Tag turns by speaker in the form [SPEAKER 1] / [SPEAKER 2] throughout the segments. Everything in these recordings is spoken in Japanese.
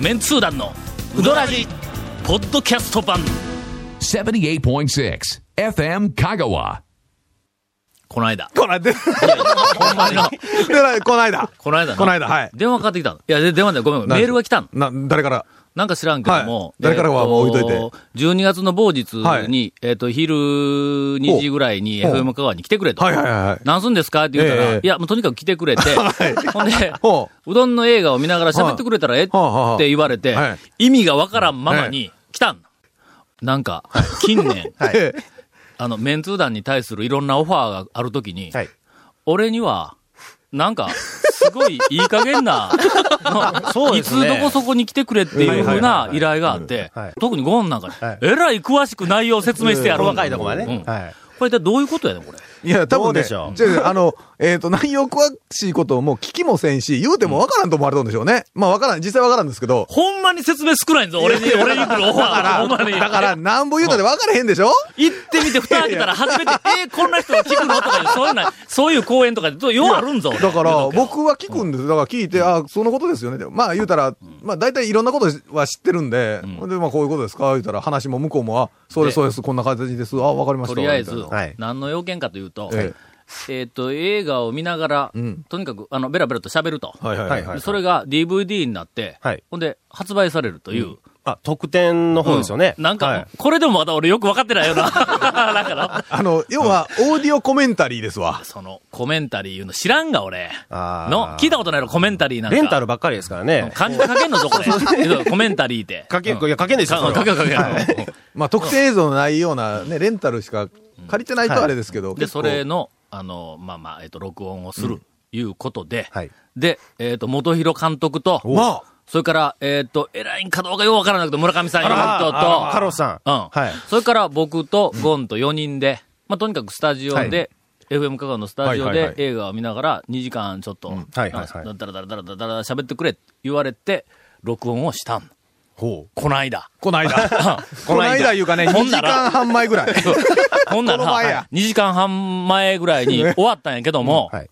[SPEAKER 1] メンツー団のウドラジポッドキャスト版
[SPEAKER 2] 78.6 FM Kagawa.
[SPEAKER 1] この間
[SPEAKER 3] こないだ。
[SPEAKER 1] ほんまにな
[SPEAKER 3] こないだ。
[SPEAKER 1] この間な
[SPEAKER 3] こないだ、はい。
[SPEAKER 1] 電話かかってきたのいやで電話でごめんごめんメールが来たの
[SPEAKER 3] な、誰から
[SPEAKER 1] なんか知らんけども、
[SPEAKER 3] はい誰からは
[SPEAKER 1] えーと
[SPEAKER 3] もう置いといて
[SPEAKER 1] 12月の某日に、
[SPEAKER 3] はい
[SPEAKER 1] えっ、と、昼2時ぐらいに
[SPEAKER 3] ほう
[SPEAKER 1] FM 香川に来てくれと。
[SPEAKER 3] はいはいはいはい
[SPEAKER 1] 何すんですかって言ったら、
[SPEAKER 3] ええ
[SPEAKER 1] いや、もうとにかく来てくれて、
[SPEAKER 3] はい
[SPEAKER 1] ほんで
[SPEAKER 3] ほ、
[SPEAKER 1] うどんの映画を見ながら喋ってくれたらええっ
[SPEAKER 3] はあはあはあ
[SPEAKER 1] て言われて、
[SPEAKER 3] は
[SPEAKER 1] 意味がわからんままに来たん。なんか、近 年、
[SPEAKER 3] はい。
[SPEAKER 1] あの、メンツー団に対するいろんなオファーがあるときに、
[SPEAKER 4] はい
[SPEAKER 1] 俺には、なんか、すごいいい加減 な、な
[SPEAKER 4] そう
[SPEAKER 1] い
[SPEAKER 4] です
[SPEAKER 1] つ
[SPEAKER 4] ね
[SPEAKER 1] どこそこに来てくれっていうふうな依頼があって
[SPEAKER 4] はいはいはいはいはい、
[SPEAKER 1] 特にゴーンなんか
[SPEAKER 4] はい
[SPEAKER 1] に、えらい詳しく内容を説明してやる
[SPEAKER 4] 細かいとこまで
[SPEAKER 1] うん
[SPEAKER 4] ね。はい。
[SPEAKER 1] これ一体どういうことやねん、これ。
[SPEAKER 3] いや、多
[SPEAKER 4] どう
[SPEAKER 3] 分ね、
[SPEAKER 4] でしょう
[SPEAKER 3] 違う違うあの、 えっ、と、内容詳しいことをもう聞きもせんし、言うてもわからんと思われたんでしょうね。まあわからん、実際わからんですけど。
[SPEAKER 1] ほんまに説明少ないんぞ、俺に、俺に来るオファーが。ほんまに。
[SPEAKER 3] だから、なんぼ言うたでわからへんでしょ
[SPEAKER 1] 行ってみて、蓋開けたら初 めて、えー、こんな人が聞くのとかいう、そういうな、そういう公演とかで、ようあるんぞ、俺
[SPEAKER 3] だから、
[SPEAKER 1] 言うとく
[SPEAKER 3] 僕は聞くんです。だから聞いて、あそのことですよね。でまあ言うたら、まあ大体いろんなことは知ってるんで、
[SPEAKER 1] うん
[SPEAKER 3] で、まあこういうことですか言うたら、話も向こうも、あ、そうです、そうです、こんな形です。あ、わかりま
[SPEAKER 1] け
[SPEAKER 3] し
[SPEAKER 1] どと
[SPEAKER 3] た。
[SPEAKER 1] りあえず
[SPEAKER 3] みたいな、
[SPEAKER 4] はい
[SPEAKER 1] 何の要件かというと、
[SPEAKER 3] え
[SPEAKER 1] えっ、と、映画を見ながら、
[SPEAKER 3] ん
[SPEAKER 1] とにかく、あの、ベラベラと喋ると。
[SPEAKER 3] えはいはいはい。
[SPEAKER 4] はい
[SPEAKER 1] それが DVD になって、
[SPEAKER 4] はい
[SPEAKER 1] ほんで、発売されるという。
[SPEAKER 4] あ、特典の方ですよね。
[SPEAKER 1] うんなんか、
[SPEAKER 4] はい
[SPEAKER 1] これでもまだ俺よく分かってないよ な。だから、
[SPEAKER 3] あの、要は、オーディオコメンタリーですわ。
[SPEAKER 1] その、コメンタリーいうの知らんが、俺。
[SPEAKER 4] あー
[SPEAKER 1] の、聞いたことないの、コメンタリーなんか。
[SPEAKER 4] レンタルばっかりですからね。
[SPEAKER 1] 漢字書けんのぞ、これ。コメンタリーって。
[SPEAKER 4] かけ、
[SPEAKER 1] うん
[SPEAKER 4] いや、かけんでしょ。
[SPEAKER 1] か
[SPEAKER 4] そ
[SPEAKER 1] か
[SPEAKER 4] れ
[SPEAKER 1] け
[SPEAKER 4] は
[SPEAKER 1] んかけん。うん
[SPEAKER 3] まあ特定映像のないような、ね、レンタルしか借りてないとあれですけど。
[SPEAKER 1] で、
[SPEAKER 3] 結構
[SPEAKER 1] それの、あの、まあまあ、えっ、と、録音をする、いうことで、
[SPEAKER 4] はい
[SPEAKER 1] で、えっ、と、元広監督と、
[SPEAKER 3] まあ、
[SPEAKER 1] それから、えっ、と、偉いんかどうかようわからなくて、村上さんいう人
[SPEAKER 4] あ
[SPEAKER 1] と、
[SPEAKER 4] ーカロスさん。
[SPEAKER 1] うん。
[SPEAKER 4] はい。
[SPEAKER 1] それから僕とゴンと4人で、まあ、とにかくスタジオで、
[SPEAKER 4] はい
[SPEAKER 1] FM 香川のスタジオ
[SPEAKER 3] はいはいは
[SPEAKER 1] で
[SPEAKER 3] い
[SPEAKER 1] 映画を見ながら2時間ちょっと、
[SPEAKER 4] はいはいはい
[SPEAKER 1] なんかだらだらだらだらだら喋ってくれって言われて、録音をしたん。
[SPEAKER 4] ほ
[SPEAKER 1] こない だ。
[SPEAKER 3] この間。この間いうかね、
[SPEAKER 1] ほ
[SPEAKER 3] 2
[SPEAKER 1] ん
[SPEAKER 3] 時
[SPEAKER 1] なら
[SPEAKER 3] 間半 前ぐらい。
[SPEAKER 1] ほんなら、
[SPEAKER 3] この前や
[SPEAKER 1] 2時間半前ぐらいに終わったんやけども、
[SPEAKER 4] う。はい。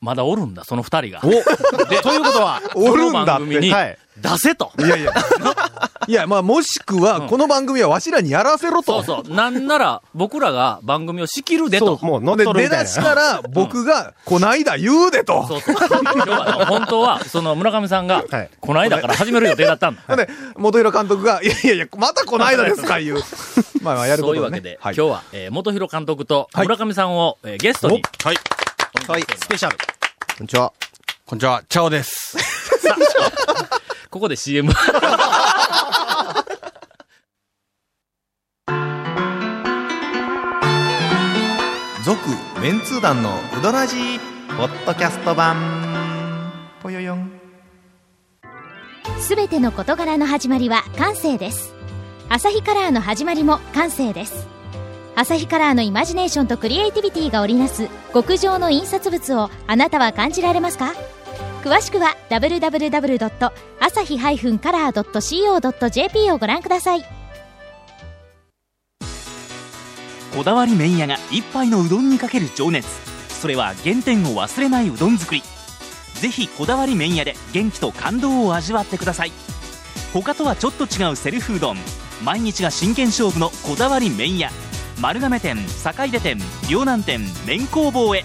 [SPEAKER 1] まだおるんだ、その2人が。
[SPEAKER 4] おということは、
[SPEAKER 3] おるんだっ
[SPEAKER 1] この
[SPEAKER 3] て
[SPEAKER 1] 番組に、
[SPEAKER 4] はい
[SPEAKER 1] 出せと。
[SPEAKER 3] いやいや。いや、まあ、もしくは、この番組はわしらにやらせろ
[SPEAKER 1] そ
[SPEAKER 3] と。
[SPEAKER 1] うそう。なんなら、僕らが番組を仕切るでと
[SPEAKER 4] そ。う、もう乗っ
[SPEAKER 3] で、
[SPEAKER 4] 取
[SPEAKER 3] 出
[SPEAKER 4] るみたい
[SPEAKER 3] だしか
[SPEAKER 4] な。
[SPEAKER 3] ら、僕が、こないだ言うで
[SPEAKER 1] そ
[SPEAKER 3] と。
[SPEAKER 1] うそう。要は、 本当は、その村上さんが
[SPEAKER 4] はい、
[SPEAKER 1] この間から始める予定だったんだ。
[SPEAKER 3] ほんで、元弘監督が、いやいやいや、またこないだですか、いう。 まあまあ、やる
[SPEAKER 1] そ
[SPEAKER 3] こ
[SPEAKER 1] ういう
[SPEAKER 3] と
[SPEAKER 1] わ
[SPEAKER 3] ね
[SPEAKER 1] けで、
[SPEAKER 3] はい
[SPEAKER 1] 今日は、えー、元広監督と
[SPEAKER 3] はい
[SPEAKER 1] 村上さんを、えーゲストに、
[SPEAKER 5] はい。
[SPEAKER 4] はい、スペシャル。
[SPEAKER 5] こんにちは。こんにちは。チャオです。
[SPEAKER 1] ここで CM。
[SPEAKER 6] 続メンツー団のウドラジーポッドキャスト版ぽよよん
[SPEAKER 7] すべての事柄の始まりは感性ですアサヒカラーの始まりも感性ですアサヒカラーのイマジネーションとクリエイティビティが織りなす極上の印刷物をあなたは感じられますか詳しくは www.asahi-color.co.jp をご覧ください
[SPEAKER 8] こだわり麺屋が一杯のうどんにかける情熱それは原点を忘れないうどん作りぜひこだわり麺屋で元気と感動を味わってください他とはちょっと違うセルフうどん毎日が真剣勝負のこだわり麺屋丸亀店坂出店両南店麺工房へ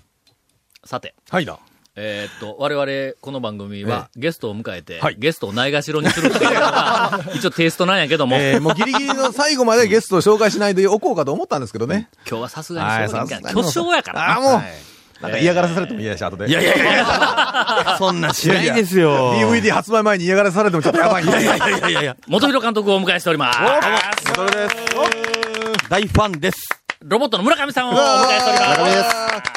[SPEAKER 1] さて、
[SPEAKER 3] はいだ。
[SPEAKER 1] えーっと、我々、この番組は、ゲストを迎えて、
[SPEAKER 3] はい
[SPEAKER 1] ゲストをないがしろにするっていうの が、一応テイストなんやけども、
[SPEAKER 3] えーもうギリギリの最後までゲストを紹介しないでおこうかと思ったんですけどね。
[SPEAKER 1] 今日はさすがにそう
[SPEAKER 3] はいさすがに
[SPEAKER 1] 巨匠やからな
[SPEAKER 3] ああ、もう、なんか嫌がらせされても嫌やし、後で。いやいやい
[SPEAKER 5] そんなし
[SPEAKER 3] や
[SPEAKER 5] ないですよ。
[SPEAKER 3] DVD 発売前に嫌がらせされてもちょっとやばい。いやいやい や
[SPEAKER 5] いやいや、
[SPEAKER 1] 元広監督をお迎えしております。
[SPEAKER 5] 大ファンです。
[SPEAKER 1] ロボットの村上さんをお迎えしておりま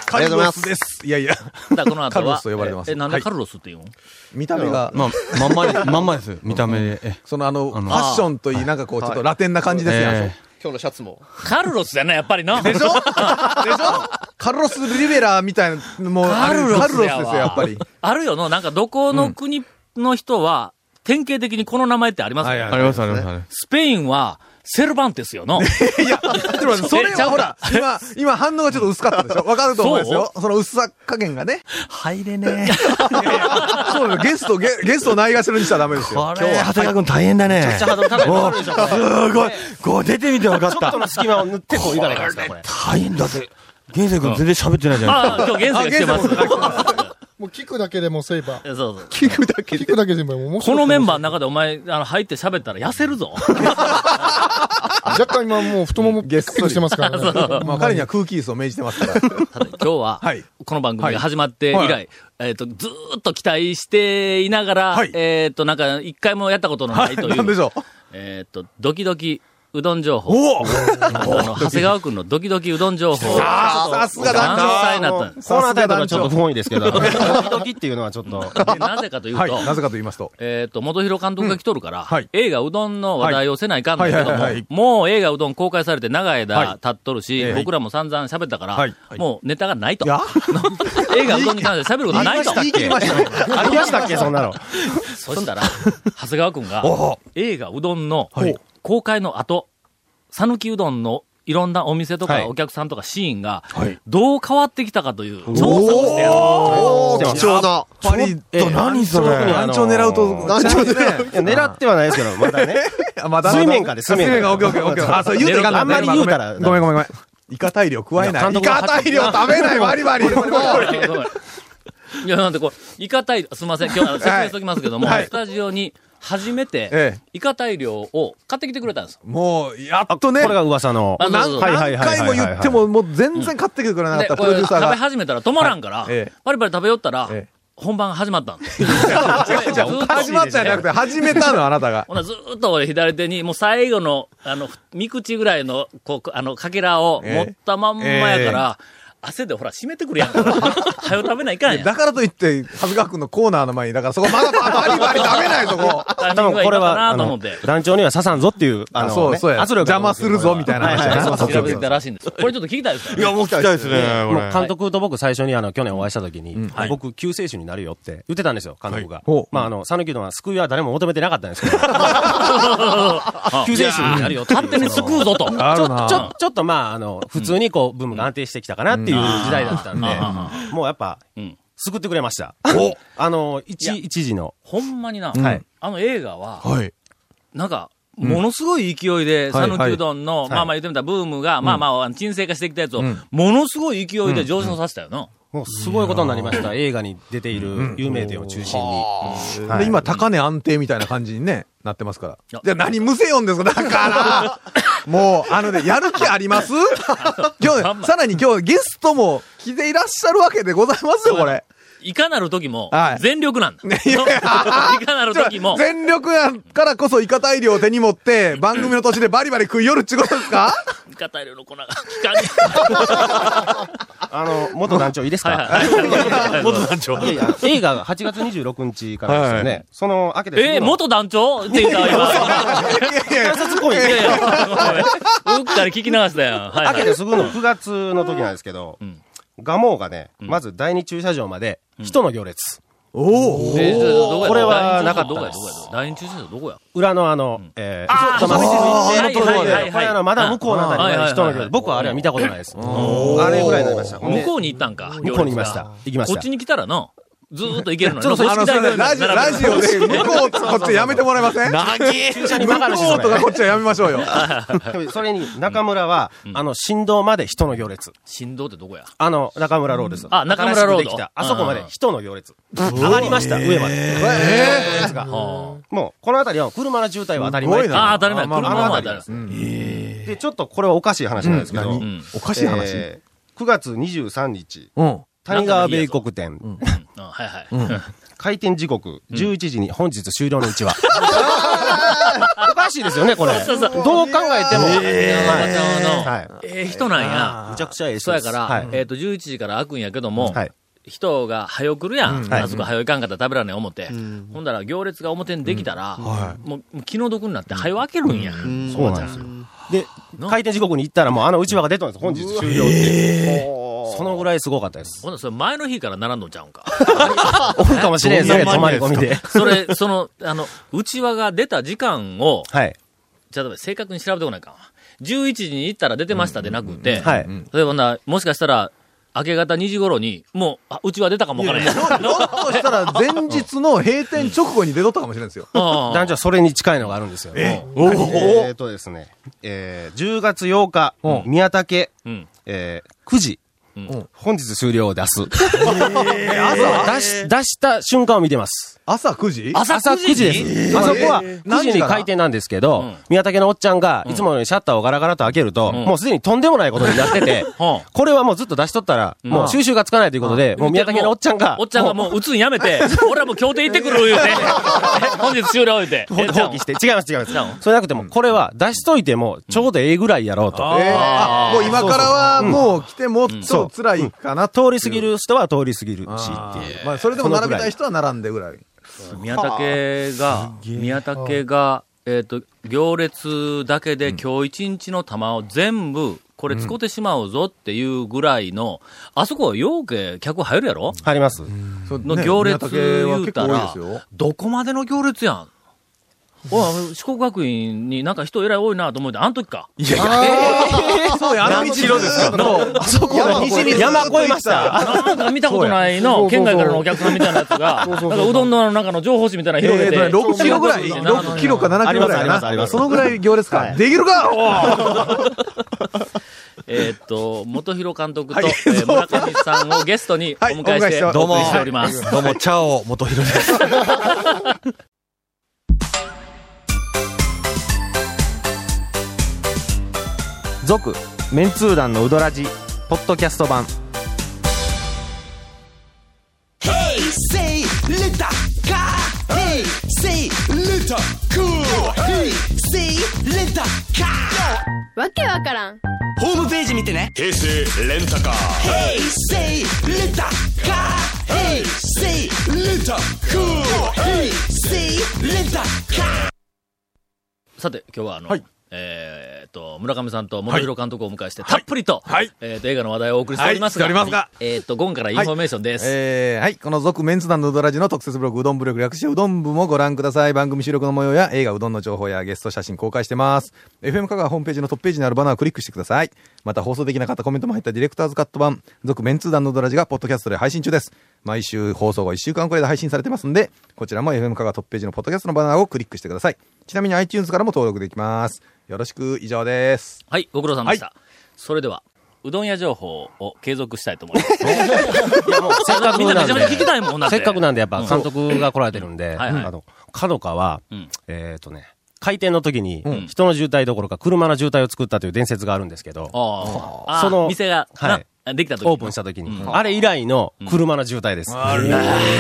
[SPEAKER 1] す。
[SPEAKER 3] カルロスです。いやいや。
[SPEAKER 1] だからこの後
[SPEAKER 3] カルロ
[SPEAKER 1] は
[SPEAKER 3] スと呼ばれてま、す
[SPEAKER 1] え、なん
[SPEAKER 3] は
[SPEAKER 1] で
[SPEAKER 3] い
[SPEAKER 1] カルロスって言うの
[SPEAKER 3] 見た目が、
[SPEAKER 5] まあ、まんまで、まんまです。見た目で。え
[SPEAKER 3] そのあの、フ
[SPEAKER 5] あの
[SPEAKER 3] ァッションといい、なんかこう、ちょっとラテンな感じですよ
[SPEAKER 5] え
[SPEAKER 3] ね。
[SPEAKER 6] 今日のシャツも
[SPEAKER 1] カルロスだな、やっぱりな。
[SPEAKER 3] でしょでしょカルロス・リベラみたいな、もう、あ
[SPEAKER 1] カ
[SPEAKER 3] れ
[SPEAKER 1] ルロス
[SPEAKER 3] カルロスです
[SPEAKER 1] やわ
[SPEAKER 3] よ、やっぱり。
[SPEAKER 1] あるよの、なんかどこの国の人は、典型的にこの名前ってありますよね
[SPEAKER 5] ありますありますあります。
[SPEAKER 1] スペインは、セルバンテスよの。
[SPEAKER 3] いや、ちょっと待ってそれはほら、今、今反応がちょっと薄かったでしょわかると思うんですよ。その薄さ加減がね。
[SPEAKER 5] 入れねえ。
[SPEAKER 3] そうです。ゲスト、ゲゲストをないがしろにしたらダメですよ。
[SPEAKER 5] これ、長谷川君大変だね。
[SPEAKER 4] ちゃハードル高い
[SPEAKER 5] もう
[SPEAKER 4] 高いでし
[SPEAKER 5] す
[SPEAKER 4] ょこれ
[SPEAKER 5] ごい。こう出てみて分かっ
[SPEAKER 4] ちょったと。の隙間を塗ってこういかないからですね、これ。
[SPEAKER 5] 大変だって。源生君全然喋ってないじゃない
[SPEAKER 1] ああ、今日現世来てます。
[SPEAKER 9] もう聞くだけでもセイバー。
[SPEAKER 1] そうそう。
[SPEAKER 3] 聞くだけ
[SPEAKER 9] 聞
[SPEAKER 3] で。
[SPEAKER 9] くだけでも面白
[SPEAKER 1] こ
[SPEAKER 9] い。
[SPEAKER 1] のメンバーの中でお前、あの、入って喋ったら痩せるぞ。
[SPEAKER 9] 若干今もう太もも
[SPEAKER 3] げ
[SPEAKER 9] ゲ
[SPEAKER 3] っ
[SPEAKER 9] ッ
[SPEAKER 3] そ
[SPEAKER 9] ソ
[SPEAKER 3] り
[SPEAKER 9] してますからね。
[SPEAKER 3] まあ彼には空気椅子を命じてますから。
[SPEAKER 1] ただ今日は
[SPEAKER 3] はい、
[SPEAKER 1] この番組が始まって以来、
[SPEAKER 3] はいは
[SPEAKER 1] えっ、と、ずーっと期待していながら、
[SPEAKER 3] はい
[SPEAKER 1] えっ、と、なんか、一回もやったことのないという、
[SPEAKER 3] なんでしょう。
[SPEAKER 1] えっ、と、ドキドキうどん情報。
[SPEAKER 3] おお
[SPEAKER 1] あの、長谷川くんのドキドキうどん情報。
[SPEAKER 3] さすが団
[SPEAKER 1] 満
[SPEAKER 3] 長
[SPEAKER 1] 載になったんです。
[SPEAKER 4] この辺りとかちょっと不本意ですけど、ドキドキっていうのはちょっと。
[SPEAKER 1] でなぜかというと、
[SPEAKER 3] はい。なぜかと言いますと。
[SPEAKER 1] えっ、と、元広監督が来とるから、
[SPEAKER 3] はい
[SPEAKER 1] 映画うどんの話題をせないかんだけども、
[SPEAKER 3] はいはいはいはい
[SPEAKER 1] もう映画うどん公開されて長い
[SPEAKER 3] は
[SPEAKER 1] 間経っとるし、
[SPEAKER 3] ええ
[SPEAKER 1] 僕らも散々喋ったから、
[SPEAKER 3] はいはい
[SPEAKER 1] もうネタがないと。
[SPEAKER 3] いや
[SPEAKER 1] 映画うどんに関して喋ることないと。
[SPEAKER 3] 言い切りましたね。
[SPEAKER 4] ありましたっけ、そんなの。
[SPEAKER 1] そしたら、長谷川くんが、映画うどんの
[SPEAKER 3] はい
[SPEAKER 1] 公開の後、讃岐うどんのいろんなお店と
[SPEAKER 4] はい
[SPEAKER 1] かお客さんとかシーンが
[SPEAKER 3] い、
[SPEAKER 1] どう変わってきたかという調査をしてやる。
[SPEAKER 4] お
[SPEAKER 6] 貴重な。
[SPEAKER 3] やっぱり、
[SPEAKER 5] ちょっと何それ
[SPEAKER 3] 団長狙うと、
[SPEAKER 4] 団
[SPEAKER 3] 長
[SPEAKER 4] いや狙ってはないですけど、まだね。
[SPEAKER 3] あまだ
[SPEAKER 4] 水面下です
[SPEAKER 3] 水
[SPEAKER 4] 水
[SPEAKER 3] 面下、
[SPEAKER 4] 面下
[SPEAKER 3] オッケーオッケーオッケー。あ、そう言うていかんの
[SPEAKER 4] あんまり言うたら
[SPEAKER 3] ごめんごめんごめんごめん。イカ大量食え
[SPEAKER 4] いや
[SPEAKER 3] ない。
[SPEAKER 4] 監
[SPEAKER 3] イ
[SPEAKER 4] 督が
[SPEAKER 3] カ大量食べない、バリバリ。
[SPEAKER 1] ごめんいや、なんでこう、イカ大量、すみません、今 日あの説明しておきますけども、
[SPEAKER 3] はい
[SPEAKER 1] スタジオに初めて
[SPEAKER 3] え、
[SPEAKER 1] イカ大量を買ってきてくれたんです。
[SPEAKER 3] もう、やっとね
[SPEAKER 4] これ、が噂の。
[SPEAKER 1] あの
[SPEAKER 3] 何
[SPEAKER 1] はい
[SPEAKER 4] はいはいはいはい
[SPEAKER 3] 回も言っても、もう全然買ってきてくれなかっ
[SPEAKER 1] で、
[SPEAKER 3] た、プ
[SPEAKER 1] こ
[SPEAKER 3] ロ
[SPEAKER 1] れ
[SPEAKER 3] デュー
[SPEAKER 1] 食
[SPEAKER 3] サ
[SPEAKER 1] べ
[SPEAKER 3] ーが。
[SPEAKER 1] 始めたら止まらんから、
[SPEAKER 3] いええ
[SPEAKER 1] パリパリ食べよったら、
[SPEAKER 3] ええ
[SPEAKER 1] 本番が始まったんです。違う
[SPEAKER 3] じゃあ始まったじゃなくて、始めたの、あなたが。
[SPEAKER 1] ほな、ずーっと俺左手に、もう最後の、あの、三口ぐらいの、こう、あの、かけらを持ったまんまやから、汗でほら、締めてくるやんか。 はよ食べないかんやん。
[SPEAKER 3] だからといって、長谷川君のコーナーの前に、だからそこまだバリバリ食べない、そこ。
[SPEAKER 1] タイミ
[SPEAKER 4] 多
[SPEAKER 1] ングが
[SPEAKER 4] 分
[SPEAKER 1] いい
[SPEAKER 4] これ
[SPEAKER 1] のか
[SPEAKER 4] は、
[SPEAKER 1] な
[SPEAKER 4] あ
[SPEAKER 1] と思
[SPEAKER 4] の
[SPEAKER 1] って。
[SPEAKER 4] 団長には刺さんぞっていう、あ
[SPEAKER 3] あ、
[SPEAKER 4] の、
[SPEAKER 3] そう
[SPEAKER 4] ね
[SPEAKER 3] そうや。
[SPEAKER 4] 圧力が
[SPEAKER 3] 邪魔するぞ、みたいな話やな。
[SPEAKER 1] 調べてたらしいんです。これちょっと聞きたいですよね。
[SPEAKER 5] や、もう聞きたいですね。
[SPEAKER 4] もう監督と僕最初にあの、去年お会いした時に、僕救世主になるよって言ってたんですよ、監督が。
[SPEAKER 3] ほう
[SPEAKER 4] まああの、讃岐うどんは救いは誰も求めてなかったんです けど、 救世主になるよっていう
[SPEAKER 1] 勝手に救うぞと。
[SPEAKER 3] あ
[SPEAKER 4] ち
[SPEAKER 3] る
[SPEAKER 4] ょ、
[SPEAKER 3] な
[SPEAKER 4] ちょ、ちょっとまあ、あの、普通にこう、ブームが安定してきたかなっていう時代だったんで、もうやっぱ
[SPEAKER 1] ん、
[SPEAKER 4] 救ってくれました。あの、
[SPEAKER 1] いや
[SPEAKER 4] 一、一時の。
[SPEAKER 1] ほんまにな、
[SPEAKER 4] はい
[SPEAKER 1] あの映画は、
[SPEAKER 3] はい。
[SPEAKER 1] なんか、ものすごい勢いで、
[SPEAKER 3] はい
[SPEAKER 1] 讃岐うどんの、まあまあ言ってみたらブームが、まあまあ、あの沈静化してきたやつを、ものすごい勢いで上昇させたよな。
[SPEAKER 4] もうすごいことになりました。映画に出ている有名店を中心に。
[SPEAKER 3] で、今、高値安定みたいな感じにね、なってますか
[SPEAKER 1] や
[SPEAKER 3] ら。じゃあ何無せよんですかだからもう、あのね、やる気あります今日ね、さらに今日ゲストも来ていらっしゃるわけでございますよ、これ。
[SPEAKER 1] いかなる時も
[SPEAKER 3] はい、
[SPEAKER 1] 全力 なんだ。
[SPEAKER 3] いやいや
[SPEAKER 1] いかなる時も、
[SPEAKER 3] 全力やからこそイカ大量を手に持って、番組の年でバリバリ食いよるっちゅうことですか
[SPEAKER 1] 味方色の粉が効かね
[SPEAKER 4] あの、元団長いいです
[SPEAKER 1] え。
[SPEAKER 4] か
[SPEAKER 1] はいはい。元団長。
[SPEAKER 4] いやいや、映画が8月26日からですよね。その、明けてすぐの。
[SPEAKER 1] え ー、元団長って言ったわ、今。
[SPEAKER 3] いやいや、
[SPEAKER 1] いやいや、ごめんうっかり聞き流したよ。はいは
[SPEAKER 4] 明
[SPEAKER 1] い
[SPEAKER 4] けてすぐの9月の時なんですけど、ガモーがね、まず第二駐車場まで、人の行列。
[SPEAKER 3] おお
[SPEAKER 1] えーどや
[SPEAKER 4] これはなかった
[SPEAKER 1] どこや
[SPEAKER 4] で
[SPEAKER 1] どこや
[SPEAKER 4] す
[SPEAKER 1] 第二駐車場どこや
[SPEAKER 4] 裏のあの、えー、
[SPEAKER 1] あー
[SPEAKER 4] ちょっ
[SPEAKER 1] そう
[SPEAKER 4] とま
[SPEAKER 1] ですね
[SPEAKER 4] あ
[SPEAKER 1] はいはいはいはい
[SPEAKER 4] これあの、まだ向こうのあたりまで人の
[SPEAKER 1] はいはいはい
[SPEAKER 4] 行列。僕はあれは見たことないです。あれぐらいになりました。
[SPEAKER 1] 向こ
[SPEAKER 4] う
[SPEAKER 1] うに行ったんか。
[SPEAKER 4] 向こうにいました。行きまし
[SPEAKER 1] こ
[SPEAKER 4] た
[SPEAKER 1] っち。に来たらな、ずーっと行けるのに。
[SPEAKER 3] ちょっとあの、それラジオ、ラジオで、向こうとこっちやめてもらえま せん向
[SPEAKER 4] 駐車にバカな
[SPEAKER 3] こ
[SPEAKER 4] 人
[SPEAKER 3] うとか
[SPEAKER 4] が
[SPEAKER 3] こっちはやめましょうよ。
[SPEAKER 4] それに、中村は、あの、振動まで人の行列。
[SPEAKER 1] 振動ってどこや
[SPEAKER 4] あの、中村ロードです。
[SPEAKER 1] あ中村ロード
[SPEAKER 4] 新しくできたあそこまで人の行列。上がりました、上まで。ええ。
[SPEAKER 1] あ
[SPEAKER 4] もう、この辺りは車の渋滞は当たり前
[SPEAKER 3] すごいな
[SPEAKER 1] あ、当たり前。
[SPEAKER 3] まあ
[SPEAKER 1] 車
[SPEAKER 3] まあ
[SPEAKER 1] は
[SPEAKER 4] まあ
[SPEAKER 1] 当たり前。
[SPEAKER 4] で、ちょっとこれはおかしい話なんですけど、
[SPEAKER 3] うん
[SPEAKER 1] うん
[SPEAKER 3] おかしい話。
[SPEAKER 4] えー9月23日、
[SPEAKER 3] うん。
[SPEAKER 4] 谷川米国店、
[SPEAKER 1] うんはい はい。
[SPEAKER 4] 開店時刻11時に本日終了のうちは。おかしいですよね、これ。どう考えても。
[SPEAKER 1] 山ちゃんはの
[SPEAKER 4] はい。
[SPEAKER 1] ええ人なんや。
[SPEAKER 4] むちゃくちゃええ
[SPEAKER 1] そ
[SPEAKER 4] 人
[SPEAKER 1] う
[SPEAKER 4] で
[SPEAKER 1] や
[SPEAKER 4] す
[SPEAKER 1] から、えっと、11時から開くんやけども
[SPEAKER 4] は、い。
[SPEAKER 1] 人が早来るやん。
[SPEAKER 4] はい
[SPEAKER 1] あそこ早いかんかったら食べられない思って。ほんだら行列が表にできたら、もうもう気の毒になって早開けるんや。
[SPEAKER 4] そうなんですよ。で、開店時刻に行ったらもうあのうちわが出てるんです、本日終了って。そのぐらいすごかったです。
[SPEAKER 1] ほんならそれ前の日から並んどんちゃうんか。
[SPEAKER 4] 多いかも しれんですね、泊まり込みで。
[SPEAKER 1] それ、その、あの、内輪が出た時間を、
[SPEAKER 4] はい。
[SPEAKER 1] ちょっと待って正確に調べてこないかんわ。11時に行ったら出てましたでなくて、
[SPEAKER 4] はい
[SPEAKER 1] 例えばな、もしかしたら、明け方2時頃に、もう、あ、うちは出たかもわからない。
[SPEAKER 3] そしたら前日の閉店直後に出とったかもしれない ですよ。
[SPEAKER 1] あ
[SPEAKER 4] 団長、それに近いのがあるんですよ。えーっとですね、えー、10月8日、宮武、
[SPEAKER 1] ん
[SPEAKER 4] えー、9時、本日終了を出す。出し、出した瞬間を見てます。
[SPEAKER 3] 朝9時
[SPEAKER 1] 朝9時に
[SPEAKER 4] です。あそこは9時に開店なんですけど、宮武のおっちゃんが、いつものようにシャッターをガラガラと開けると、もうすでにとんでもないことになってて、
[SPEAKER 1] うん
[SPEAKER 4] これはもうずっと出しとったら、もう収集がつかないということで、もう宮武のおっちゃんが、
[SPEAKER 1] おっちゃんがもう、打つんやめ て、俺はもう協定行ってくる言うて、 本日終了言うて。
[SPEAKER 4] 放棄して。違います、違います。それなくても、これは出しといても、ちょうどええぐらいやろうと。
[SPEAKER 3] えーあもう今からはもう来てもっと辛いかなと。
[SPEAKER 4] 通り過ぎる人は通り過ぎるし
[SPEAKER 3] あ
[SPEAKER 4] っていう。
[SPEAKER 3] ーまあそれでも並びたい人は並んでぐらい。
[SPEAKER 1] 宮武が、宮武が、えっ、と、行列だけで今日一日の玉を全部、これ使ってしまうぞっていうぐらいの、あそこはようけ客入るやろ
[SPEAKER 4] 入ります。
[SPEAKER 3] そう
[SPEAKER 1] の
[SPEAKER 3] ね
[SPEAKER 1] 行列
[SPEAKER 3] 宮武は
[SPEAKER 1] 言う
[SPEAKER 3] 結
[SPEAKER 1] た
[SPEAKER 3] 構多いで
[SPEAKER 1] ら
[SPEAKER 3] すよ、
[SPEAKER 1] どこまでの行列やん。おいあの四国学院になんか人えらい多いなと思って、あの時か。
[SPEAKER 3] そうや、あの道です
[SPEAKER 4] あそこの西に山越えました。
[SPEAKER 1] なんか見たことない
[SPEAKER 9] そう
[SPEAKER 1] の、
[SPEAKER 9] や
[SPEAKER 1] 県外からのお客さんみたいなやつが、なんかうどんのなんかの情報誌みたいなの広げて、
[SPEAKER 3] えーとね6キロぐらい、
[SPEAKER 1] そう
[SPEAKER 3] 6キロか7キロぐらいか
[SPEAKER 4] ありますありますあり
[SPEAKER 3] な。
[SPEAKER 4] ます
[SPEAKER 3] そのぐらい行列か。できるかおー
[SPEAKER 1] えーっと、元広監督と、
[SPEAKER 3] はい
[SPEAKER 1] えー村上さんをゲストにお
[SPEAKER 3] はい
[SPEAKER 1] 迎えして、
[SPEAKER 3] お迎えして
[SPEAKER 1] お送りしております。
[SPEAKER 5] どうも、チャオ、元広です。
[SPEAKER 4] 続、メンツー団のウドラジ、ポッドキャスト版。
[SPEAKER 10] わけわからん
[SPEAKER 1] さて、今日はあの、えーっと、村上さんと元広監督をお迎えして、たっぷりと、えーっと、映画の話題をお送りしておりますが、
[SPEAKER 3] はいしておりますが
[SPEAKER 1] えーっと、ゴンからインフォメーションです。
[SPEAKER 3] えーはい、この続メンツ団のうどらじの特設ブログ、うどんブログ略してうどん部もご覧ください。番組収録の模様や映画うどんの情報やゲスト写真公開してます。FM 香川ホームページのトップページにあるバナーをクリックしてください。また放送できなかったコメントも入ったディレクターズカット版、続メンツ団のうどらじがポッドキャストで配信中です。毎週放送後1週間くらいで配信されてますんで、こちらも FM 香川トップページのポッドキャストのバナーをクリックしてください。ちなみに iTunes からも登録できます。よろしく、以上です。
[SPEAKER 1] はい、ご苦労さんでした。それでは、うどん屋情報を継続したいと思います。
[SPEAKER 4] せっかく
[SPEAKER 1] みんな
[SPEAKER 4] な
[SPEAKER 1] めちゃめちゃ聞きたい
[SPEAKER 4] ん
[SPEAKER 1] もんな
[SPEAKER 4] で、せっかくなんでやっぱ
[SPEAKER 1] うん
[SPEAKER 4] 監督が来られてるんで、
[SPEAKER 1] はいはい
[SPEAKER 4] あの、角川は
[SPEAKER 1] うん、
[SPEAKER 4] えーっとね、開店の時に、人の渋滞どころか車の渋滞を作ったという伝説があるんですけど、
[SPEAKER 1] ああ、
[SPEAKER 4] その
[SPEAKER 1] 店が、な
[SPEAKER 4] はい
[SPEAKER 1] できた時の
[SPEAKER 4] オープンした時に、あれ以来の車の渋滞です。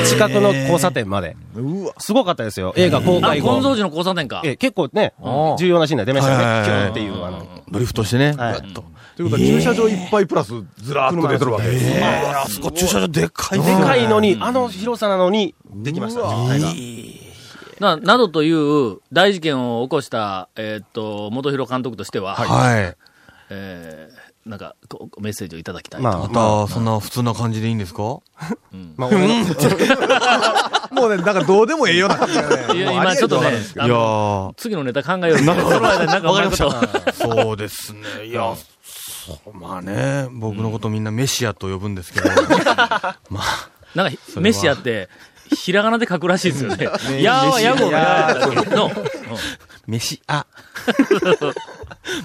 [SPEAKER 4] 近くの交差点まで。すごかったですよ。映画公
[SPEAKER 1] あ、
[SPEAKER 4] 開
[SPEAKER 1] 金蔵
[SPEAKER 4] 後。
[SPEAKER 1] 寺の交差点か。
[SPEAKER 4] ええ結構ね、重要なシーンで出ましたね。キューンっていう、あの、
[SPEAKER 5] ドリフトしてね。
[SPEAKER 4] はい
[SPEAKER 3] ということは、駐車場いっぱいプラス、ずらーっと出てるわけです。
[SPEAKER 5] あそこ駐車場でっかい
[SPEAKER 4] でかいのに、あの広さなのに、できました、渋滞が
[SPEAKER 1] な、などという大事件を起こした、えーっと、元広監督としては、
[SPEAKER 5] はい。
[SPEAKER 1] えーなんか、こうメッセージをいただきたいと。
[SPEAKER 4] まあ、まあ、
[SPEAKER 5] また、そんな普通な感じでいいんですか
[SPEAKER 4] まあ、俺の
[SPEAKER 3] もうね、なんかどうでもええような感じが
[SPEAKER 1] い
[SPEAKER 3] ね。
[SPEAKER 1] や
[SPEAKER 3] もうあ
[SPEAKER 1] 今
[SPEAKER 3] り
[SPEAKER 1] ちょ
[SPEAKER 3] が
[SPEAKER 1] っと
[SPEAKER 3] う
[SPEAKER 1] ね
[SPEAKER 3] ございます、
[SPEAKER 5] い
[SPEAKER 1] あ
[SPEAKER 5] や
[SPEAKER 1] の
[SPEAKER 5] ー。
[SPEAKER 1] 次のネタ考えようと思ってその間になんかうまいこと。
[SPEAKER 5] そうです ね。いや、そうまあね、僕のことみんなメシアと呼ぶんですけど。
[SPEAKER 1] なんか、メシアって、ひらがなで書くらしいですよね。やーはやごのやーの、
[SPEAKER 5] メシア。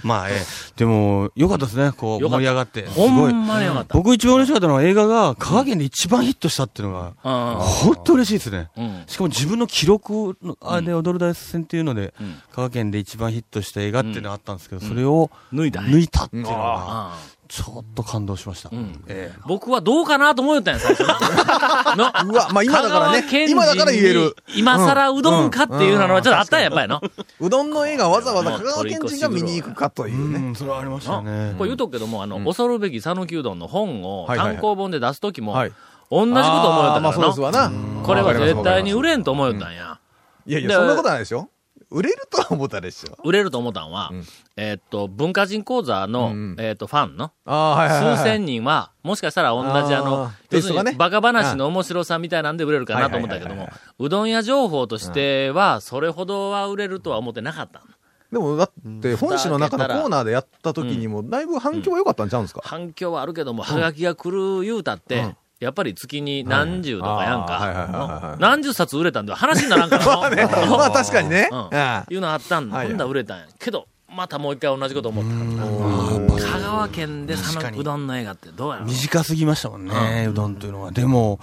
[SPEAKER 5] まあ、ええ。でも、よかったですね。こう、
[SPEAKER 1] よかった
[SPEAKER 5] 盛り上がって。す
[SPEAKER 1] ほ
[SPEAKER 5] ごい。
[SPEAKER 1] んまによかった。
[SPEAKER 5] 僕一番嬉しかったのは映画が香川県で一番ヒットしたっていうのが、
[SPEAKER 1] う
[SPEAKER 5] 本当嬉しいですね。
[SPEAKER 1] んうん
[SPEAKER 5] しかも自分の記録の、あれで踊る大戦っていうので、
[SPEAKER 1] ん
[SPEAKER 5] 香川県で一番ヒットした映画っていうのがあったんですけど、それを
[SPEAKER 1] 脱いだ。
[SPEAKER 5] 抜いたっていうのが、
[SPEAKER 1] あ
[SPEAKER 5] ちょっと感動しました。
[SPEAKER 1] ん
[SPEAKER 5] ええ
[SPEAKER 1] ー僕はどうかなと思ったんや、 最初。の
[SPEAKER 3] うわ、まあ今
[SPEAKER 1] 香
[SPEAKER 3] だから
[SPEAKER 1] 川
[SPEAKER 3] ね
[SPEAKER 1] 県、人
[SPEAKER 3] 今だから言える。
[SPEAKER 1] に今更うどんかっていうのはちょっとあったんや、やっぱりの。
[SPEAKER 3] うどんの絵がわざわざ香川県人が見に行くかという
[SPEAKER 5] う
[SPEAKER 3] ね。
[SPEAKER 5] ん、それはありましたね。
[SPEAKER 1] これ言うとくけども、あの、恐るべき讃岐うどんの本を
[SPEAKER 3] はいはいはい
[SPEAKER 1] 単行本で出すときも、
[SPEAKER 3] は
[SPEAKER 1] 同
[SPEAKER 3] い
[SPEAKER 1] じこと思うよったか
[SPEAKER 3] あーま
[SPEAKER 1] ら
[SPEAKER 3] あそうです
[SPEAKER 1] な。
[SPEAKER 3] わな。
[SPEAKER 1] これは絶対に
[SPEAKER 3] わ
[SPEAKER 1] 売れんと思うよったんや。
[SPEAKER 3] かりますいやい
[SPEAKER 1] で
[SPEAKER 3] や、そんなことないでしょ売れるとは思ったでしょ
[SPEAKER 1] 売れると思ったんは、えーっと、文化人講座の、えーっと、ファンの、
[SPEAKER 3] ああー、はいはいはい。
[SPEAKER 1] 数千人は、もしかしたら同じあの
[SPEAKER 3] あー、
[SPEAKER 1] 要す
[SPEAKER 3] テ
[SPEAKER 1] る
[SPEAKER 3] ストがね
[SPEAKER 1] にバカ話の面白さみたいなんで売れるかなと思ったけど
[SPEAKER 3] はいはいはい
[SPEAKER 1] も
[SPEAKER 3] は、
[SPEAKER 1] うどん屋情報としては、それほどは売れるとは思ってなかったの
[SPEAKER 3] でもだって本誌の中のコーナーでやった時にもだいぶ反響は良かったんちゃうんですか、
[SPEAKER 1] 反響はあるけども、はがきが来る言うたって、やっぱり月に何十とかやんか。何十冊売れたんで話にならん からな
[SPEAKER 3] まあ確かにね
[SPEAKER 1] うん
[SPEAKER 3] あ
[SPEAKER 1] いうのあったんだ。
[SPEAKER 3] はいはい
[SPEAKER 1] なんだ売れたんや。けど、またもう一回同じこと思った。香川県でそのうどんの映画ってどうやろう
[SPEAKER 5] 短すぎましたもんね、うどんというのは。でも、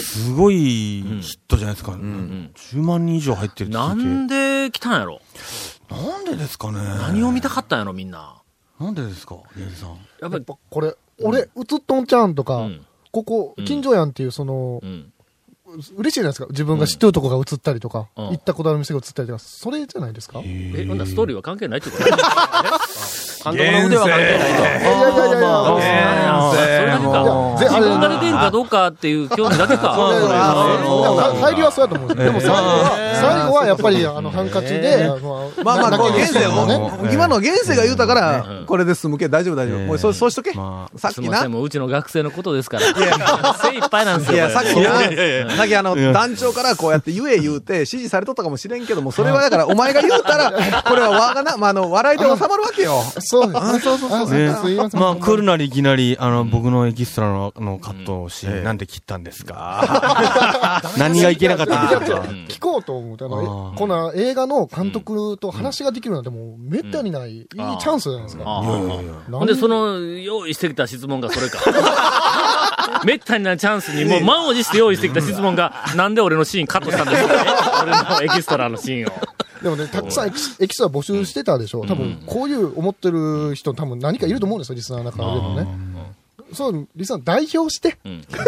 [SPEAKER 5] すごいヒットじゃないですか。10万人以上入ってるって
[SPEAKER 1] な
[SPEAKER 5] 聞いて。
[SPEAKER 1] んで来たんやろ
[SPEAKER 5] なんでですかね。
[SPEAKER 1] 何を見たかったんやろみんな。
[SPEAKER 5] なんでですか、宮治さん。
[SPEAKER 1] やっぱり、
[SPEAKER 9] これ、俺、うつっとんちゃうんとか、ここ
[SPEAKER 1] う、ん
[SPEAKER 9] 近所やんっていう、その、
[SPEAKER 1] うん。
[SPEAKER 9] 嬉しいじゃないですか。自分が知ってるとこが映ったりとか、
[SPEAKER 1] うん
[SPEAKER 9] 行ったことある店が映ったりとか、それじゃないですかい
[SPEAKER 1] え、ほんならストーリーは関係ないってこと
[SPEAKER 4] 監督の腕は関係ないと。
[SPEAKER 9] やいやいやいや
[SPEAKER 1] あーそれだけか。
[SPEAKER 9] ぜ
[SPEAKER 1] 自分が出ているかどうかっていう興味だけか。
[SPEAKER 9] でも入りはそうやと思うんですよでも最後は、最後はやっぱり、あの、ハンカチで、
[SPEAKER 3] まあまあ、こう、現世を
[SPEAKER 9] ね。
[SPEAKER 3] ね、今の現世が言うたから、これで済むけ、大丈夫大丈夫。もう、そう、そうしとけ。さっ
[SPEAKER 1] す
[SPEAKER 3] き
[SPEAKER 1] みませ
[SPEAKER 3] な。
[SPEAKER 1] ん、もううちの学生のことですから。精一杯なんですよ。
[SPEAKER 3] いや、さっきな、
[SPEAKER 1] いやいやいや
[SPEAKER 3] さっきあの、団長からこうやって言え言うて、指示されとったかもしれんけども、それはだから、お前が言うたら、これはわがな、まあ、あの、笑いで収まるわけよ。
[SPEAKER 9] そうです。
[SPEAKER 3] あそうそうそう。
[SPEAKER 5] ね
[SPEAKER 9] すいません。
[SPEAKER 5] まあ、来るなりいきなり、あの、僕のエキストラのあのカットをし、なんで切ったんですか 何がいけなかったん
[SPEAKER 9] いや
[SPEAKER 5] で
[SPEAKER 9] い
[SPEAKER 5] す
[SPEAKER 9] や
[SPEAKER 5] か
[SPEAKER 9] 聞こうと思って、あの、えこの映画の監督と話ができるなんてもう、めったにない、いいチャンスじゃないですか。
[SPEAKER 1] あー
[SPEAKER 9] な
[SPEAKER 1] ほんで、その、用意してきた質問がそれか。めったになチャンスに、もう満を持して用意してきた質問が、なんで俺のシーンカットしたんですかね俺のエキストラのシーンを。
[SPEAKER 9] でもね、たくさんエキスエキストラ募集してたでしょ。多分、こういう思ってる人、多分何かいると思うんですよ、リスナーの中でもね。そう、リスナー代表して、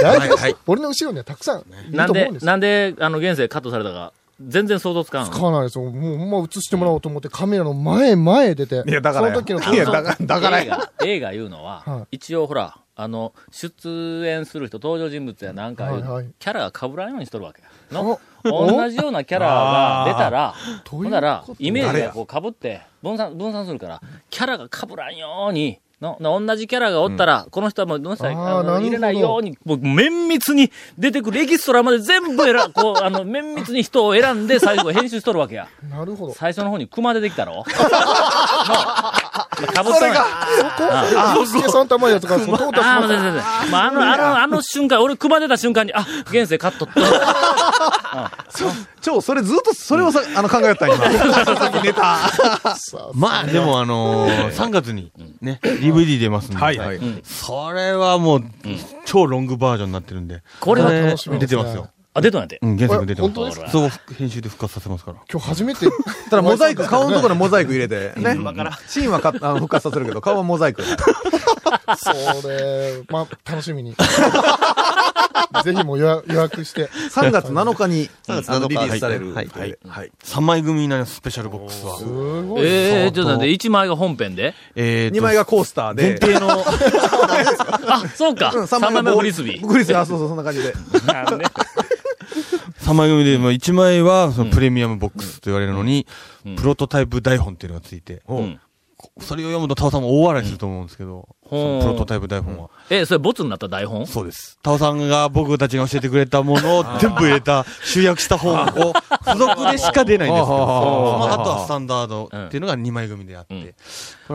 [SPEAKER 9] 代表して、俺の後ろにはたくさんいる
[SPEAKER 1] な
[SPEAKER 9] と
[SPEAKER 1] ん
[SPEAKER 9] 思
[SPEAKER 1] で
[SPEAKER 9] うんで、すよ。
[SPEAKER 1] なんで、あの、現世カットされたか、全然想像つかん。
[SPEAKER 9] 使わないですよ。もう、ほんま映してもらおうと思って、カメラの前、前へ出て。
[SPEAKER 3] いや、だから
[SPEAKER 9] その時の、
[SPEAKER 3] よ。いや、だから、だから
[SPEAKER 1] 映
[SPEAKER 3] よ。
[SPEAKER 1] 画、映画いうのは
[SPEAKER 9] は、
[SPEAKER 1] 一応ほら、あの、出演する人、登場人物やなんかいう、
[SPEAKER 9] はいはい
[SPEAKER 1] キャラが被らんようにしとるわけや。の
[SPEAKER 9] お
[SPEAKER 1] 同じようなキャラが出たら、
[SPEAKER 9] どう
[SPEAKER 1] ほ
[SPEAKER 9] いうん
[SPEAKER 1] なら、イメージがこう被って、分散、分散するから、キャラが被らんように、の、の同じキャラがおったら、この人はもう、どの人は
[SPEAKER 9] あー
[SPEAKER 1] あ
[SPEAKER 9] なる
[SPEAKER 1] の
[SPEAKER 9] ほど
[SPEAKER 1] 入れないように、もう綿密に出てくるエキストラまで全部選、こう、あの、 綿密に人を選んで、最後編集しとるわけや。
[SPEAKER 9] なるほど。
[SPEAKER 1] 最初の方に熊出てきたろのかぶったが。
[SPEAKER 9] あ、スケさんたまやとか、そのトータス
[SPEAKER 1] あ
[SPEAKER 9] の
[SPEAKER 1] あ、先生。まあ、あの、あの、あの瞬間、俺、熊出た瞬間に、あ、現世カットって。
[SPEAKER 3] 超、それずっと、それをさ、あの、考えよった、今。さっきネタ。
[SPEAKER 5] まあ、でもあのー、3月にね、DVD 出ますんで。
[SPEAKER 3] はい。
[SPEAKER 5] それはもう、超ロングバージョンになってるんで。
[SPEAKER 1] これは
[SPEAKER 9] 楽しみ
[SPEAKER 5] 出
[SPEAKER 9] です
[SPEAKER 5] て
[SPEAKER 9] ね
[SPEAKER 5] ますよ。
[SPEAKER 1] あ、出たんやて。
[SPEAKER 5] うん、原作出てます。
[SPEAKER 9] あ本当です
[SPEAKER 1] か
[SPEAKER 5] そう、編集で復活させますから。
[SPEAKER 9] 今日初めて。
[SPEAKER 3] ただ、モザイク、 顔のところにモザイク入れて、ね。シーンはかあの復活させるけど、顔はモザイク。
[SPEAKER 9] それ、まあ、楽しみに。 ぜひもう予約予約 して。
[SPEAKER 3] 3月7日に、
[SPEAKER 6] 月
[SPEAKER 3] あの
[SPEAKER 6] 7日
[SPEAKER 3] リリースされる。
[SPEAKER 6] はい
[SPEAKER 3] はい。はい。
[SPEAKER 5] 3枚組になります、スペシャルボックスは。
[SPEAKER 9] すごい。
[SPEAKER 1] ええちょっと待って、1枚が本編で。
[SPEAKER 5] えー
[SPEAKER 3] 2枚がコースターで。
[SPEAKER 5] 定の、
[SPEAKER 1] あ、そうか。
[SPEAKER 3] うん
[SPEAKER 1] 3枚目
[SPEAKER 3] ボー
[SPEAKER 1] フリスビー。
[SPEAKER 3] フリスビー、あ、そうそう、そんな感じで。
[SPEAKER 1] あね
[SPEAKER 5] 3枚組で、まあ、1枚はそのプレミアムボックスと言われるのに、プロトタイプ台本っていうのがついて、
[SPEAKER 1] ん
[SPEAKER 5] こそれを読むとタオさんも大笑いすると思うんですけど、そ
[SPEAKER 1] ほう
[SPEAKER 5] のプロトタイプ台本は。
[SPEAKER 1] え、それ、ボツになった台本
[SPEAKER 5] そうです。タオさんが僕たちが教えてくれたものを全部入れた、集約した本を、付属でしか出ないんですけど、その後はスタンダードっていうのが2枚組であって。
[SPEAKER 1] うん
[SPEAKER 5] こ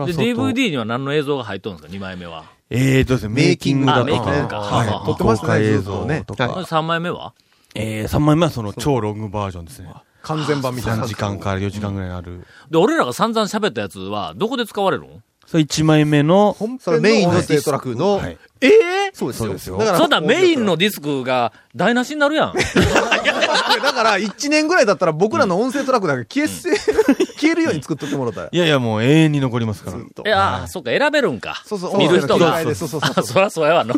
[SPEAKER 5] れは
[SPEAKER 1] で、
[SPEAKER 5] 相当
[SPEAKER 1] DVD には何の映像が入っとるんですか、2枚目は。
[SPEAKER 5] えーとですね、メイキングだと
[SPEAKER 1] あメイキングか
[SPEAKER 5] は
[SPEAKER 1] あ
[SPEAKER 5] い。
[SPEAKER 1] 撮
[SPEAKER 3] ってますね
[SPEAKER 5] 公開映
[SPEAKER 3] ずっと
[SPEAKER 5] 像
[SPEAKER 3] ね
[SPEAKER 5] とか。
[SPEAKER 1] 3枚目は
[SPEAKER 5] えー、3枚目はその超ロングバージョンですね。
[SPEAKER 3] 完全版みたいな。
[SPEAKER 5] 3時間から4時間ぐらいある。
[SPEAKER 1] で、俺らが散々喋ったやつは、どこで使われるん
[SPEAKER 5] それ1枚目の、
[SPEAKER 3] 本
[SPEAKER 6] それ
[SPEAKER 3] 編
[SPEAKER 6] メイン
[SPEAKER 3] の
[SPEAKER 6] のディ
[SPEAKER 3] 音声
[SPEAKER 6] ス
[SPEAKER 3] トラッ
[SPEAKER 6] ク
[SPEAKER 3] ク
[SPEAKER 6] の
[SPEAKER 3] の、
[SPEAKER 5] はい。
[SPEAKER 1] ええ
[SPEAKER 6] そうです
[SPEAKER 5] そう
[SPEAKER 6] よ
[SPEAKER 5] ですよ
[SPEAKER 3] だ。から
[SPEAKER 1] そうだ、メインのディスクが台無しになるやん。
[SPEAKER 3] だから1年ぐらいだったら僕らの音声トラックだけ消えせ、消えるように作っとってもらったよ。
[SPEAKER 5] いやいや、もう永遠に残りますから。
[SPEAKER 1] いや、あそうか、選べるんか。
[SPEAKER 3] そうそう、
[SPEAKER 1] 見る人
[SPEAKER 3] 音声の
[SPEAKER 1] が
[SPEAKER 3] 切り替え。でそうそうそう
[SPEAKER 1] あ、 そらそうやわの。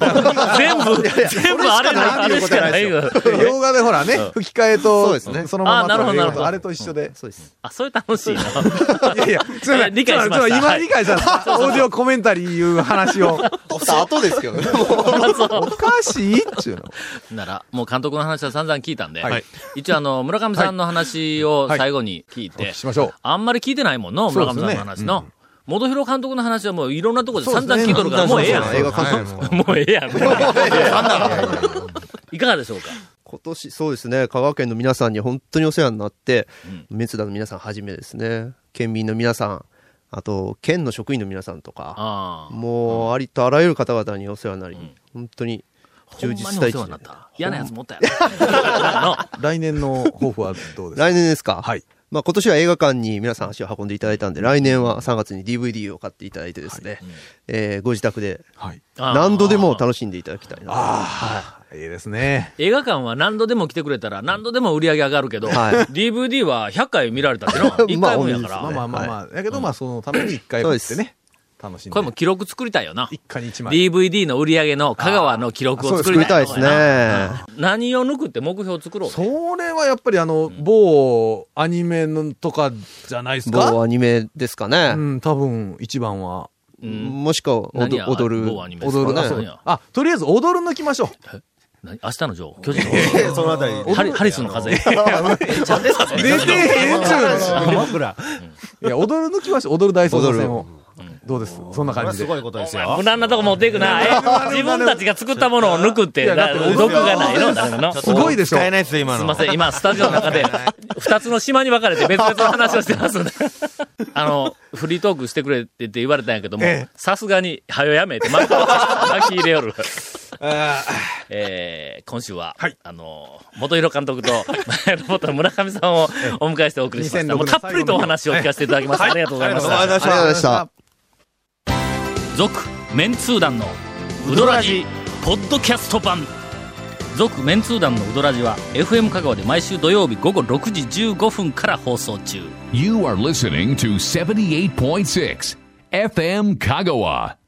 [SPEAKER 1] 全部、全部あれな、あれしかないよ。
[SPEAKER 3] 洋画でほらね、吹き替え
[SPEAKER 6] そう
[SPEAKER 3] と、
[SPEAKER 6] ですね
[SPEAKER 3] そのまま
[SPEAKER 1] あなるほど
[SPEAKER 3] とか
[SPEAKER 1] なるほど
[SPEAKER 3] あれと一緒で。
[SPEAKER 6] そうです。
[SPEAKER 1] あ、それ楽しいな。
[SPEAKER 3] いやいや、すいませ ん。
[SPEAKER 1] 理解しました
[SPEAKER 3] ちょっと今
[SPEAKER 1] はい
[SPEAKER 3] 理解したんですオーディオコメンタリーいう話を。
[SPEAKER 6] さあ、後ですけ どね。
[SPEAKER 3] おかしいっちゅうの。
[SPEAKER 1] なら、もう監督の話は散々聞いたんで、
[SPEAKER 3] はい
[SPEAKER 1] 一応あの、村上さんの話を最後に聞いて、
[SPEAKER 3] はいしましょう
[SPEAKER 1] あんまり聞いてないもんの、村上さんの
[SPEAKER 3] そうで
[SPEAKER 1] 話の。元広監督の話はもういろんなところで散々聞いとるから、もうええやん。
[SPEAKER 6] 映画関係ですか
[SPEAKER 1] もうええやん。もうええやん。いかがでしょうか
[SPEAKER 5] 今年、そうですね、香川県の皆さんに本当にお世話になって、メンツ団の皆さんはじめですね、県民の皆さん、あと、県の職員の皆さんとか、もう、ありとあらゆる方々にお世話になり、本当に充実した一
[SPEAKER 1] ほんまにお世話
[SPEAKER 5] 年
[SPEAKER 1] になっ
[SPEAKER 5] で。
[SPEAKER 1] た。 嫌なやつ持ったやろ。
[SPEAKER 5] 来年の抱負はどうですか来年ですかはい。まあ今年は映画館に皆さん足を運んでいただいたんで、来年は3月に DVD を買っていただいてですね、えーご自宅で何度でも楽しんでいただきたいなと。
[SPEAKER 3] いいですね。
[SPEAKER 1] 映画館は何度でも来てくれたら何度でも売り上げ上がるけど、DVD は100回見られたってのは1回分やから。
[SPEAKER 3] まあまあまあまあ。だけど、まあそのために一回
[SPEAKER 1] そうで
[SPEAKER 3] 振っ
[SPEAKER 1] す
[SPEAKER 3] てね、楽しんで。
[SPEAKER 1] これも記録作りたいよな。
[SPEAKER 3] 一回に一枚。
[SPEAKER 1] DVD の売り上げの香川の記録を作りたい。
[SPEAKER 5] ね。
[SPEAKER 1] 何を抜くって目標作ろう。
[SPEAKER 3] それはやっぱりあの、某アニメのとかじゃないですか
[SPEAKER 5] 某アニメですかね。
[SPEAKER 3] うん、多分一番は。
[SPEAKER 5] もしくはおど踊る。
[SPEAKER 3] 踊る。あそうあ、とりあえず踊る抜きましょう。
[SPEAKER 1] 何明日のジョー、巨人
[SPEAKER 3] え
[SPEAKER 1] の。
[SPEAKER 3] そのあたり
[SPEAKER 1] ハリハリスの風。
[SPEAKER 3] 出てへんちゅうのいや、踊る抜きましょう。踊る大捜査線を。どうですそんな感じ
[SPEAKER 1] す
[SPEAKER 3] で。
[SPEAKER 1] ごいことですよ。無難なとこ持っていくな。え自分たちが作ったものを抜くって、
[SPEAKER 3] いやだ
[SPEAKER 1] な
[SPEAKER 3] って
[SPEAKER 1] 毒がないの。だからな
[SPEAKER 3] すごいでしょ使えないですよ今の
[SPEAKER 1] すいません、今、スタジオの中 で、二つの島に分かれて別々の話をしてますんで。あの、フリートークしてくれって言われたんやけども
[SPEAKER 3] ええ、
[SPEAKER 1] さすがに、はよやめって、巻き巻き入れよ る。えー今週は、あの、元弘監 督と、元村上さんをお迎えしてお送りしました。もうたっぷりとお話を聞かせていただきました。ありがとうございました。
[SPEAKER 5] ありがとうございました。
[SPEAKER 1] 続メンツー団のウドラジポッドキャスト版続メンツー団のウドラジは FM 香川で毎週土曜日午後6時15分から放送中
[SPEAKER 2] You are listening to 78.6 FM Kagawa.